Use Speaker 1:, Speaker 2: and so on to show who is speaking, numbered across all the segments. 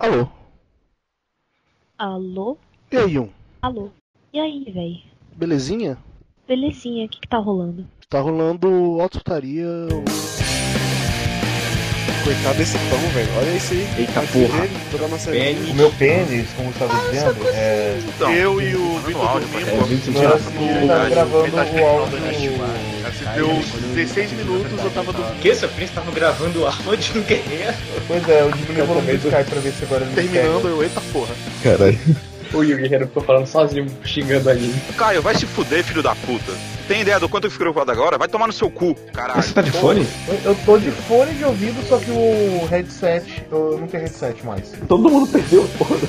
Speaker 1: Alô.
Speaker 2: Alô?
Speaker 1: E aí, um?
Speaker 2: Alô? E aí, véi?
Speaker 1: Belezinha?
Speaker 2: Belezinha, o que, que tá rolando?
Speaker 1: Tá rolando alta putaria. um-
Speaker 3: Coitado desse pão, velho. Olha isso aí.
Speaker 4: Eita
Speaker 3: Vai
Speaker 4: porra.
Speaker 3: fuder Toda a nossa
Speaker 4: Pênis.
Speaker 5: O meu pênis, como estava dizendo, é.
Speaker 6: Então,
Speaker 7: Eu e o
Speaker 6: manda
Speaker 7: Vitor
Speaker 6: no áudio,
Speaker 7: Domingo
Speaker 4: É, gente,
Speaker 5: Nós
Speaker 4: já-
Speaker 5: estamos tá gravando o áudio.
Speaker 7: deu 16 minutos, eu tava do.
Speaker 4: Que seu príncipe tava gravando áudio do guerreiro?
Speaker 5: Pois é, eu diminui o volume do Skype pra ver se agora ele me
Speaker 7: Terminando, eu, eita porra.
Speaker 3: Caralho.
Speaker 4: O guerreiro ficou falando sozinho, xingando ali.
Speaker 6: Caio, vai se fuder, filho da puta. Tem ideia do quanto eu fico gravado agora? Vai tomar no seu cu, caralho.
Speaker 4: Você tá de fone?
Speaker 5: pega. Eu, eu tô de fone de ouvido, só que o headset. Eu não tenho headset mais.
Speaker 4: Todo mundo perdeu o fone.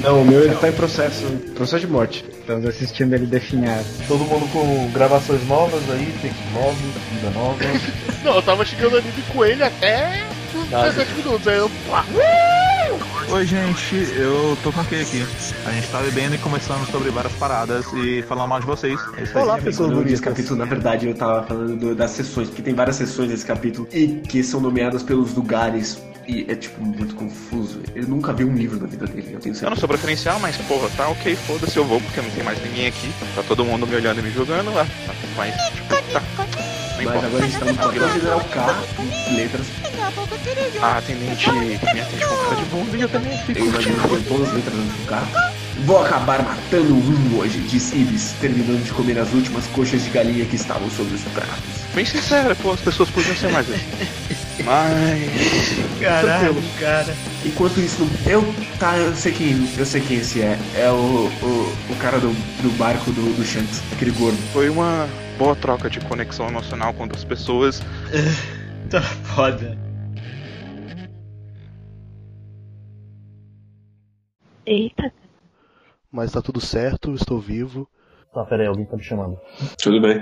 Speaker 4: Não, o meu ele tá em processo. Processo de morte. Estamos assistindo ele definhar.
Speaker 5: Todo mundo com gravações novas aí, takes novos, vida nova.
Speaker 7: Não, eu tava xingando ali de coelho até os 17 minutos. Aí eu. pá.
Speaker 6: Oi, gente, eu tô com aquele aqui. A gente tá bebendo e conversando sobre várias paradas e falando mal de vocês. É isso
Speaker 5: Olá, pessoas
Speaker 8: Falando
Speaker 5: bonitas.
Speaker 8: desse capítulo, na verdade, eu tava falando do- das sessões, porque tem várias sessões nesse capítulo e que são nomeadas pelos lugares e é tipo muito confuso. Ele nunca viu um livro na vida dele, eu tenho
Speaker 6: Eu não
Speaker 8: certeza.
Speaker 6: sou preferencial, mas porra, tá ok, foda-se, eu vou, porque não tem mais ninguém aqui. Tá todo mundo me olhando e me julgando lá. Mas, tipo, tá. Não
Speaker 8: Mas
Speaker 6: importa.
Speaker 8: agora a gente tá no papel general K, letras.
Speaker 6: A Ah, atendente me atende com cara de bunda e eu também fico.
Speaker 8: Eu imagino que tem todas as letras do K. Vou acabar matando um hoje, disse Ibis, terminando de comer as últimas coxas de galinha que estavam sobre os pratos.
Speaker 6: Bem sincero, pô, as pessoas podiam ser mais assim. Mas.
Speaker 8: Caralho,
Speaker 4: cara.
Speaker 8: Enquanto isso, no- eu. Tá, eu sei quem. Eu sei quem esse é. É o. o, o cara do, do barco do, do Shanks, aquele gordo.
Speaker 6: Foi uma boa troca de conexão emocional com outras pessoas.
Speaker 4: Tá foda.
Speaker 2: Eita,
Speaker 1: Mas tá tudo certo, estou vivo.
Speaker 5: Tá, pera aí, alguém tá me chamando.
Speaker 8: Tudo bem.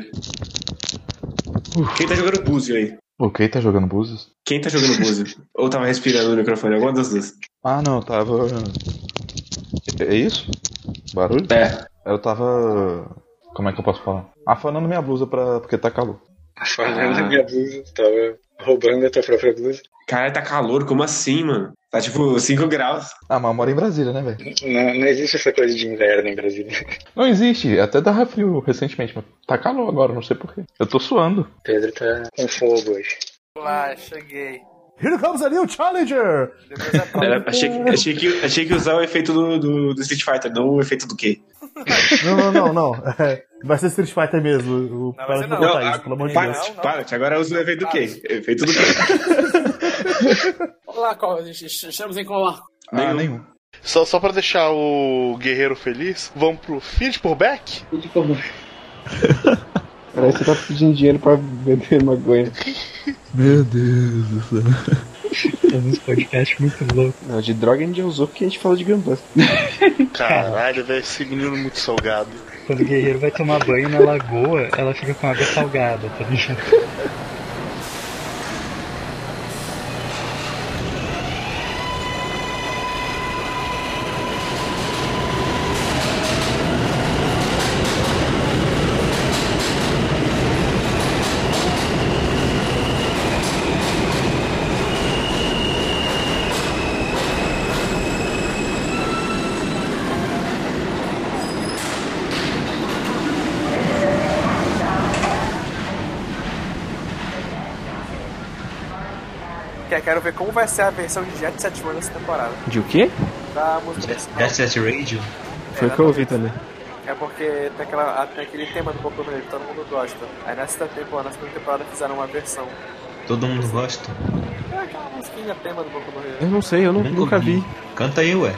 Speaker 8: Quem tá jogando búzio aí?
Speaker 9: O Kay tá jogando búzios?
Speaker 8: Quem tá jogando búzio? Ou tava respirando no microfone? Alguma das duas.
Speaker 9: Ah, não, eu tava. É é isso? Barulho?
Speaker 8: É.
Speaker 9: Eu tava. Como é que eu posso falar? Afanando minha blusa pra. porque tá calor.
Speaker 4: Falando minha blusa, tava roubando a tua própria blusa.
Speaker 8: Caralho, tá calor, como assim, mano? Tá tipo 5 graus.
Speaker 9: Ah, mas eu moro em Brasília, né, velho?
Speaker 4: Não, não existe essa coisa de inverno em Brasília.
Speaker 9: Não existe, até dava frio recentemente, mas tá calor agora, não sei porquê. Eu tô suando.
Speaker 4: Pedro tá com fogo hoje.
Speaker 10: Olá, cheguei.
Speaker 5: Here comes a new challenger!
Speaker 10: Depois a
Speaker 8: Era- achei, que- achei, que, achei que ia usar o efeito do, do, do Street Fighter, não o efeito do quê?
Speaker 5: Não, não, não, não. É, Vai ser Street Fighter mesmo. O
Speaker 10: Não,
Speaker 5: para
Speaker 10: vai ser
Speaker 5: de
Speaker 10: não.
Speaker 5: botar
Speaker 10: Não,
Speaker 5: isso, pelo amor de
Speaker 10: para-
Speaker 5: Deus.
Speaker 10: não.
Speaker 8: Para, agora usa o efeito do quê? Efeito do quê?
Speaker 10: Olá, co- estamos em colar.
Speaker 9: Ah, nenhum.
Speaker 7: Só, só pra deixar o guerreiro feliz, vamos pro Feed por Back?
Speaker 4: Parece que tá pedindo dinheiro pra beber maconha.
Speaker 9: Meu Deus do céu.
Speaker 11: Tá
Speaker 4: Temos um podcast muito louco. Não, de droga a gente já usou porque a gente falou de gambá.
Speaker 7: Caralho, velho, esse menino é muito salgado.
Speaker 4: Quando o guerreiro vai tomar banho na lagoa, ela fica com água salgada, tá ligado?
Speaker 10: Que- Quero ver como vai ser a versão de Jet Set One nessa temporada.
Speaker 4: De o quê?
Speaker 10: Da música principal.
Speaker 4: Set Radio. Foi
Speaker 10: É,
Speaker 4: o que eu ouvi também.
Speaker 10: É porque tem, aquela, tem aquele tema do Boku no Hero que todo mundo gosta. Aí nessa temporada, na segunda temporada fizeram uma versão.
Speaker 4: Todo mundo gosta?
Speaker 10: É aquela musiquinha tema do Boku no Hero.
Speaker 4: Eu não sei, eu nu- nunca vi. Canta aí, ué.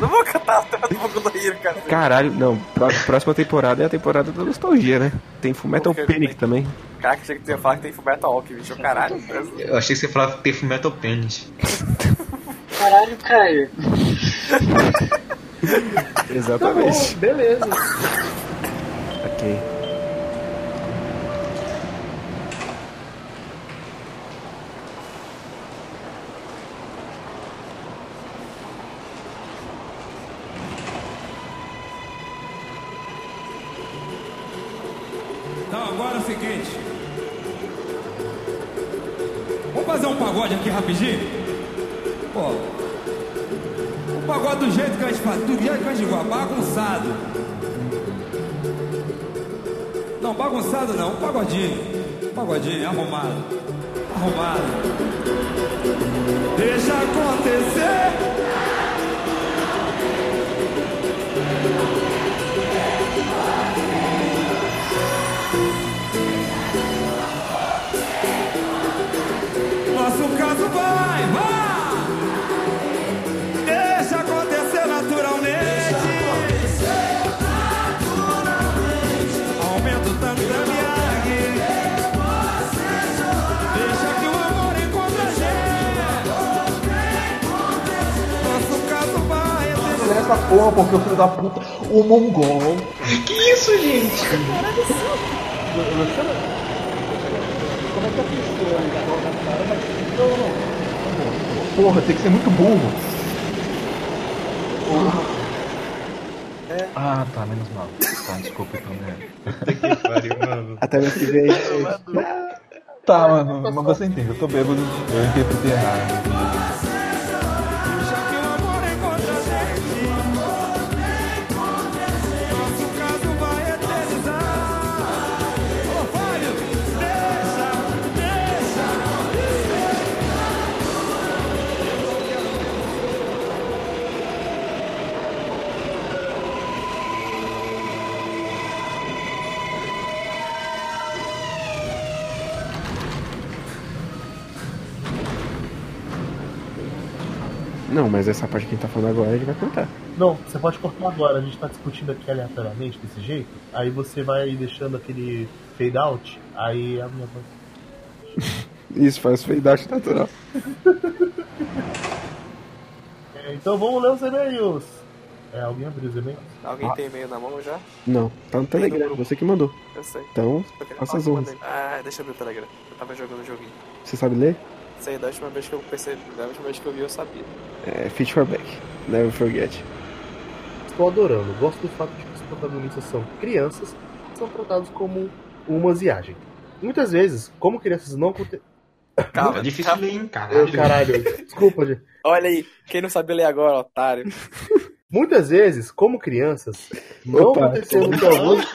Speaker 10: Não vou cantar o tema do Boku no Hero, cara.
Speaker 4: Caralho, não. pró- Próxima temporada é a temporada da nostalgia, né? Tem Fullmetal
Speaker 10: Porque-
Speaker 4: Panic também.
Speaker 10: Caraca, achei que tu ia falar que tem Fullmetal Alchemist, ô caralho.
Speaker 4: Eu achei que você falava que tem Fullmetal Panic.
Speaker 2: caralho, Caio.
Speaker 4: Exatamente.
Speaker 5: beleza.
Speaker 4: ok.
Speaker 6: Então agora é o seguinte. Vamos fazer um pagode aqui rapidinho? Ó.
Speaker 9: O pagode do jeito que a gente faz, do jeito que a gente gosta, bagunçado. Não, bagunçado não, um pagodinho. Um Pagodinho, arrumado. Arrumado. Deixa acontecer. Nosso caso vai, vai! Deixa acontecer naturalmente. Aumenta o tanque da Miyagi. Deixa que o amor encontre a gente. Nosso caso vai.
Speaker 11: Essa porra, porque o filho da puta, o mongol.
Speaker 9: Que isso, gente?
Speaker 11: Porra, tem que ser muito burro.
Speaker 12: Ah, tá, menos mal. Tá, desculpa então, né?
Speaker 11: Até me fidei.
Speaker 12: Tá, mano, mas você entende, eu tô bêbado, eu interpretei errado.
Speaker 8: Não, mas essa parte que a gente tá falando agora a gente vai contar.
Speaker 11: Não, você pode cortar agora. A gente tá discutindo aqui aleatoriamente desse jeito. Aí você vai deixando aquele fade out. Aí a minha voz.
Speaker 8: Isso, faz fade out natural.
Speaker 11: É, então vamos ler os e-mails. É, alguém abriu os e-mails?
Speaker 10: Alguém
Speaker 11: Ah.
Speaker 10: tem e-mail na mão já?
Speaker 8: Não, tá no Telegram, você que mandou.
Speaker 10: Eu sei.
Speaker 8: Então,
Speaker 10: Eu queria
Speaker 8: faça
Speaker 10: falar
Speaker 8: as
Speaker 10: com o
Speaker 8: honras.
Speaker 10: Rodrigo. Ah, deixa eu abrir o Telegram. Eu tava jogando o joguinho.
Speaker 8: Você sabe ler?
Speaker 10: Isso aí, da última vez que eu pensei, da última vez que eu vi, eu sabia.
Speaker 8: É, Fit for Back. Never forget.
Speaker 5: Estou adorando. Gosto do fato de que os protagonistas são crianças que são tratados como uma viagem. Muitas vezes, como crianças não aconte...
Speaker 10: Calma, difícil ler, hein,
Speaker 5: Caralho. Caralho, desculpa, gente.
Speaker 10: Olha aí, quem não sabe ler agora, otário.
Speaker 5: Muitas vezes, como crianças, não
Speaker 10: Opa.
Speaker 5: aconteceu muito algum.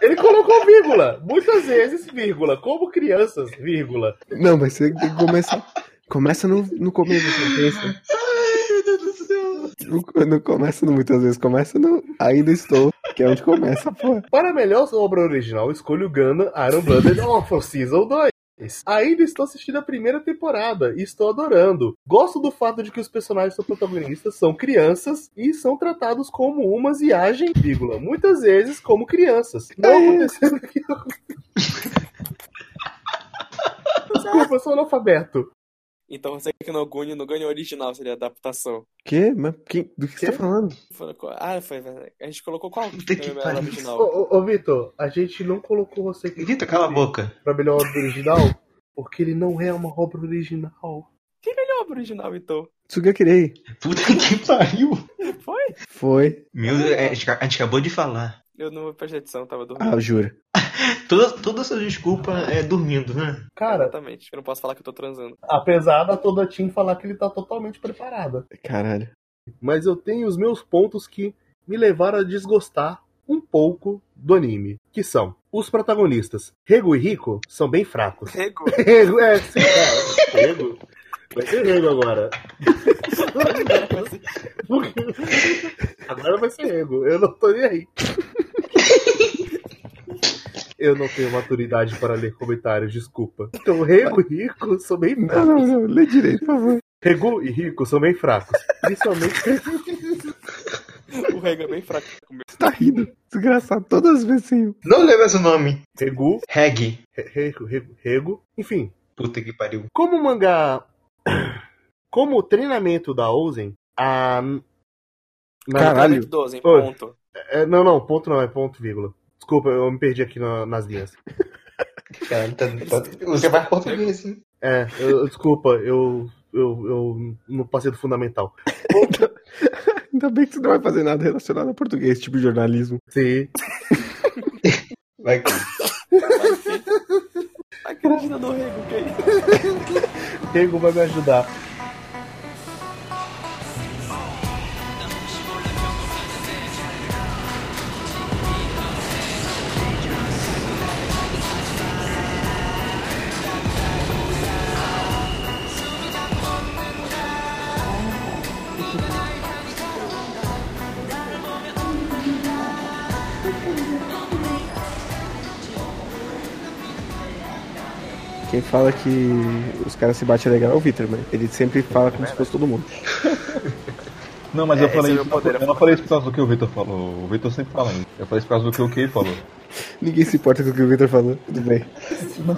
Speaker 5: Ele colocou vírgula. Muitas vezes, vírgula. Como crianças, vírgula.
Speaker 8: Não, mas você tem que começar. Começa no, no começo da sentença. Não, não começa no muitas vezes, começa no Ainda Estou, que é onde começa, pô.
Speaker 5: Para a melhor obra original, escolho Gana Iron Blooded Orphan Season 2. Ainda estou assistindo a primeira temporada e estou adorando. Gosto do fato de que os personagens são protagonistas são crianças e são tratados como umas viagem, vírgula, muitas vezes como crianças. Não
Speaker 8: é
Speaker 5: acontecendo aqui. Desculpa, eu sou analfabeto.
Speaker 10: Então você que não ganha, não ganha o original, seria a adaptação.
Speaker 8: Quê? Mas quem- do que você tá falando?
Speaker 10: Foi- Ah, foi verdade. A gente colocou qual? Não, era original.
Speaker 5: Ô, ô, ô, Vitor, a gente não colocou você aqui. Vitor,
Speaker 4: cala a boca.
Speaker 5: Pra melhor obra original, porque ele não é uma obra original.
Speaker 10: Que melhor obra original, então?
Speaker 8: Tsugakurei.
Speaker 4: Puta que pariu.
Speaker 10: Foi?
Speaker 8: Foi.
Speaker 4: Meu, é, a gente a gente acabou de falar.
Speaker 10: Eu não prestei atenção, tava dormindo.
Speaker 8: Ah, jura.
Speaker 4: Toda, toda essa desculpa é dormindo, né?
Speaker 5: Ah, Cara.
Speaker 10: Exatamente. Eu não posso falar que eu tô transando.
Speaker 5: Apesar da toda team falar que ele tá totalmente preparada.
Speaker 8: Caralho.
Speaker 5: Mas eu tenho os meus pontos que me levaram a desgostar um pouco do anime. Que são os protagonistas. Rego e Rico são bem fracos.
Speaker 10: Rego?
Speaker 5: Rego, é, sim, é. Rego. Vai ser Rego agora. Agora vai ser Rego. Eu não tô nem aí. Eu não tenho maturidade para ler comentários, desculpa. Então, Rego e Rico são bem fracos.
Speaker 8: Não, não, lê direito, por favor.
Speaker 5: Regu e Rico são bem fracos. Principalmente.
Speaker 10: O Rego é bem fraco.
Speaker 8: Você tá rindo. Desgraçado, todas as vezes sim.
Speaker 4: Não lembra esse nome.
Speaker 5: Regu.
Speaker 4: Reg.
Speaker 5: Rego, Rego, Rego. Enfim.
Speaker 4: Puta que pariu.
Speaker 5: Como o mangá. Como o treinamento da Ozen, a. na-
Speaker 10: Caralho. Do Ozen,
Speaker 5: Oi.
Speaker 10: ponto.
Speaker 5: É, não, não, ponto não, é ponto, vírgula. Desculpa, eu me perdi aqui na- nas linhas.
Speaker 4: tá, Você vai português, hein?
Speaker 5: É, eu- eu- desculpa, eu, eu, eu não passei do fundamental.
Speaker 8: Ainda bem que você não vai fazer nada relacionado a português, esse tipo de jornalismo.
Speaker 5: Sim.
Speaker 8: Vai.
Speaker 10: Acredita no Rego, que é isso?
Speaker 5: Rego vai me ajudar.
Speaker 13: Quem fala que os caras se batem legal é o Vitor, mas ele sempre fala como se fosse todo mundo.
Speaker 8: Não, mas eu
Speaker 13: É,
Speaker 8: falei
Speaker 13: esse é
Speaker 8: isso.
Speaker 13: meu poder,
Speaker 8: eu não falei isso por causa do que o Vitor falou. O Vitor sempre fala isso. Eu falei isso por causa do que o Kay falou.
Speaker 13: Ninguém se importa com o que o Vitor falou. Tudo bem.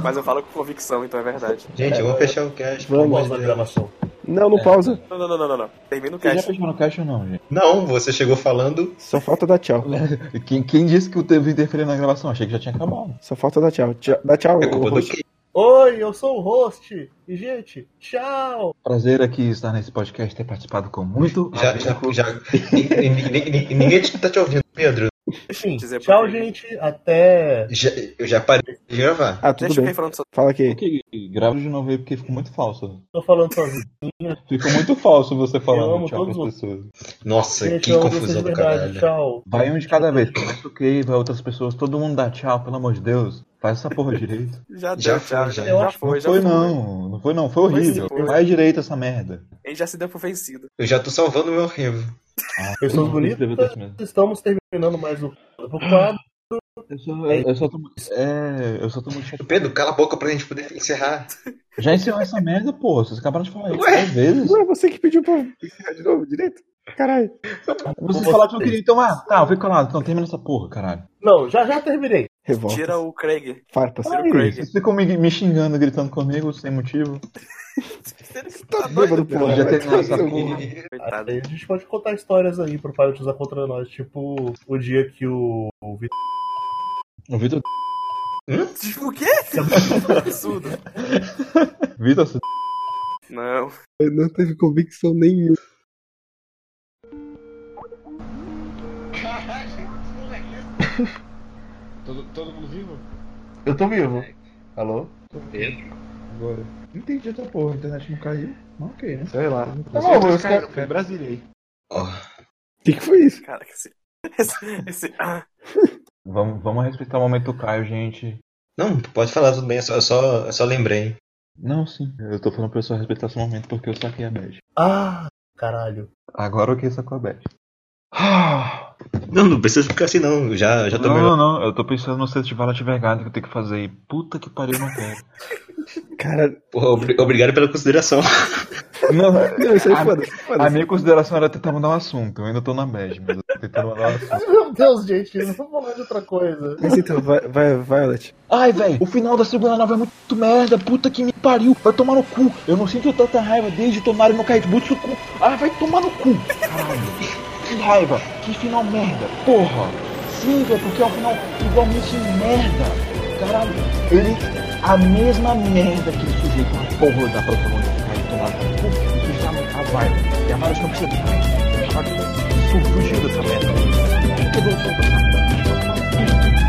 Speaker 14: Mas eu falo com convicção, então é verdade.
Speaker 9: Gente, eu vou fechar o cast.
Speaker 13: Vamos.
Speaker 9: pelo amor de Deus.
Speaker 13: Não,
Speaker 9: É.
Speaker 13: não pausa. tá
Speaker 14: Não, não, não, não, não, não. Termina o
Speaker 8: Você já
Speaker 14: cast.
Speaker 8: fechou no caixa ou não, gente?
Speaker 9: Não, você chegou falando.
Speaker 13: Só falta dar tchau.
Speaker 8: Quem, quem disse que o tempo interferiu na gravação? Achei que já tinha acabado.
Speaker 13: Só falta dar tchau. tchau dá tchau.
Speaker 8: É culpa
Speaker 13: ô,
Speaker 8: do
Speaker 13: Roxo.
Speaker 8: Kay.
Speaker 5: Oi, eu sou o host. E, gente, tchau.
Speaker 8: Prazer aqui estar nesse podcast, ter participado com muito.
Speaker 9: Já, já, já. Ni- ni- ni- Ninguém te- tá te ouvindo, Pedro.
Speaker 5: Enfim, tchau, gente. Até.
Speaker 9: Já, eu já parei de gravar.
Speaker 13: Ah, tudo bem. Fala aqui.
Speaker 8: Grava de novo aí porque ficou muito falso.
Speaker 5: Tô falando sozinho.
Speaker 8: Ficou muito falso você falando
Speaker 5: amo
Speaker 8: tchau pras
Speaker 5: todos
Speaker 8: pessoas.
Speaker 9: Nossa,
Speaker 5: Gente, que eu amo confusão vocês de do verdade, caralho. tchau.
Speaker 8: Vai um de cada vez. Começa o Kay, vai outras pessoas. Todo mundo dá tchau, pelo amor de Deus. Faz essa porra direito.
Speaker 14: Já deu,
Speaker 9: Já
Speaker 14: tchau,
Speaker 9: foi,
Speaker 14: já,
Speaker 9: já.
Speaker 14: já,
Speaker 9: Eu acho-
Speaker 14: foi,
Speaker 8: Não
Speaker 14: já
Speaker 8: foi não, não foi não, foi horrível.
Speaker 14: Foi sim, foi.
Speaker 8: Faz direito essa merda.
Speaker 14: Ele já se deu por vencido.
Speaker 9: Eu já tô salvando o meu revo.
Speaker 5: Pessoas bonitas, estamos terminando mais um quadro.
Speaker 8: Eu só, eu só tô. É, eu só tô muito chateado.
Speaker 9: Pedro, cala a boca pra gente poder encerrar.
Speaker 8: Já encerrou essa merda, pô. Vocês acabaram de falar isso três vezes.
Speaker 13: Ué, você que pediu pra encerrar de novo, direito? Caralho.
Speaker 8: Vocês falaram que eu queria, então, ah, tá, eu fico calado, então termina essa porra, caralho.
Speaker 5: Não, já já terminei.
Speaker 13: Revolta. tá
Speaker 14: Tira o Craig.
Speaker 13: Farpa.
Speaker 14: Tira
Speaker 8: Aí,
Speaker 14: o Craig.
Speaker 8: Vocês ficam me, me xingando, gritando comigo sem motivo.
Speaker 13: Tá bêbado, porra.
Speaker 8: Já
Speaker 13: Vai
Speaker 8: terminou essa
Speaker 13: tomar no
Speaker 8: porra.
Speaker 13: cu.
Speaker 5: Aí a gente pode contar histórias aí pro Pilot usar contra nós, tipo o dia que o, o Vitor.
Speaker 8: O Vitor.
Speaker 14: Tipo, O quê? Absurdo.
Speaker 8: Vitor, você.
Speaker 14: Não.
Speaker 13: Eu não teve convicção nenhuma.
Speaker 15: Todo, todo mundo vivo?
Speaker 5: Eu tô vivo. Alô?
Speaker 15: Pedro.
Speaker 8: Agora. Não entendi essa porra, a internet não caiu. Mas ok, né?
Speaker 15: Sei lá.
Speaker 8: Tá
Speaker 15: Não,
Speaker 8: bom,
Speaker 15: mas
Speaker 8: os caras.
Speaker 15: caiu.
Speaker 8: Brasília aí.
Speaker 13: O que foi isso?
Speaker 14: Cara, que esse. Esse. esse- ah.
Speaker 8: Vamos, vamos respeitar o momento do Caio, gente.
Speaker 9: Não, pode falar tudo bem, eu só, eu só, eu só lembrei.
Speaker 8: Não, sim. Eu tô falando pra pessoa respeitar esse momento porque eu saquei a Bad.
Speaker 5: Ah, caralho.
Speaker 8: Agora o que sacou a Bad?
Speaker 9: Não, não precisa ficar assim não. Eu Já, já tô
Speaker 8: não,
Speaker 9: melhor.
Speaker 8: não, não. Eu tô pensando no festival de vergada que eu tenho que fazer. E puta que pariu, eu não quero.
Speaker 13: Cara.
Speaker 9: Porra, obri- obrigado pela consideração.
Speaker 8: Não,
Speaker 13: Não, isso aí
Speaker 8: a,
Speaker 13: foda-se, foda-se.
Speaker 8: a minha consideração era tentar mudar o assunto. Eu ainda tô na Bad, mas eu tô tentando mudar o assunto.
Speaker 5: Ai, meu Deus, gente, não vou falar de outra coisa.
Speaker 13: Mas então, vai, vai Violet.
Speaker 8: Ai, velho, o final da segunda novela é muito merda, puta que me pariu, vai tomar no cu. Eu não sinto tanta raiva desde tomar no Kaibutsu cu. Ah, vai tomar no cu. Caralho. Que raiva, que final merda, porra. Sim, velho, porque é um final igualmente merda. Caralho, ele. é A mesma merda que ele sujeito na porra da protagonista vai tomar no cu. Isso já não tá vai. E a Mara não precisa de mais. Isso fugiu dessa merda. Eu dou tudo pra essa merda.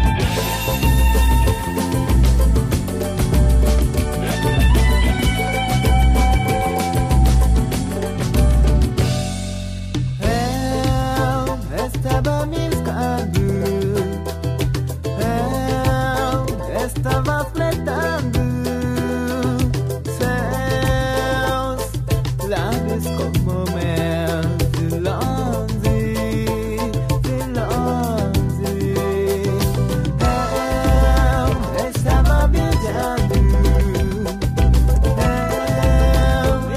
Speaker 10: Help, esta buscando. Eu estava flertando. Seus lábios como mel de longe, de longe. Eu estava brilhando.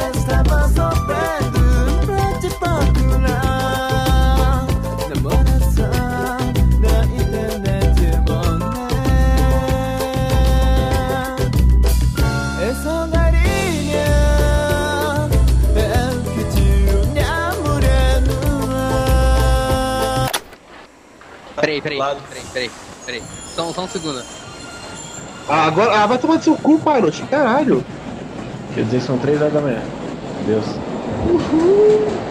Speaker 10: Eu estava sofrendo pra te procurar. Na moração, na internet, boné. Eu sou garinha, eu que te unia moreno.
Speaker 16: Peraí, peraí, peraí, peraí, peraí. Só, só um segundo.
Speaker 15: Ah, agora. Ah, vai tomar no seu cu, Pilot. Caralho.
Speaker 13: Quer dizer, são 3 horas da manhã. Deus.
Speaker 10: Uhul.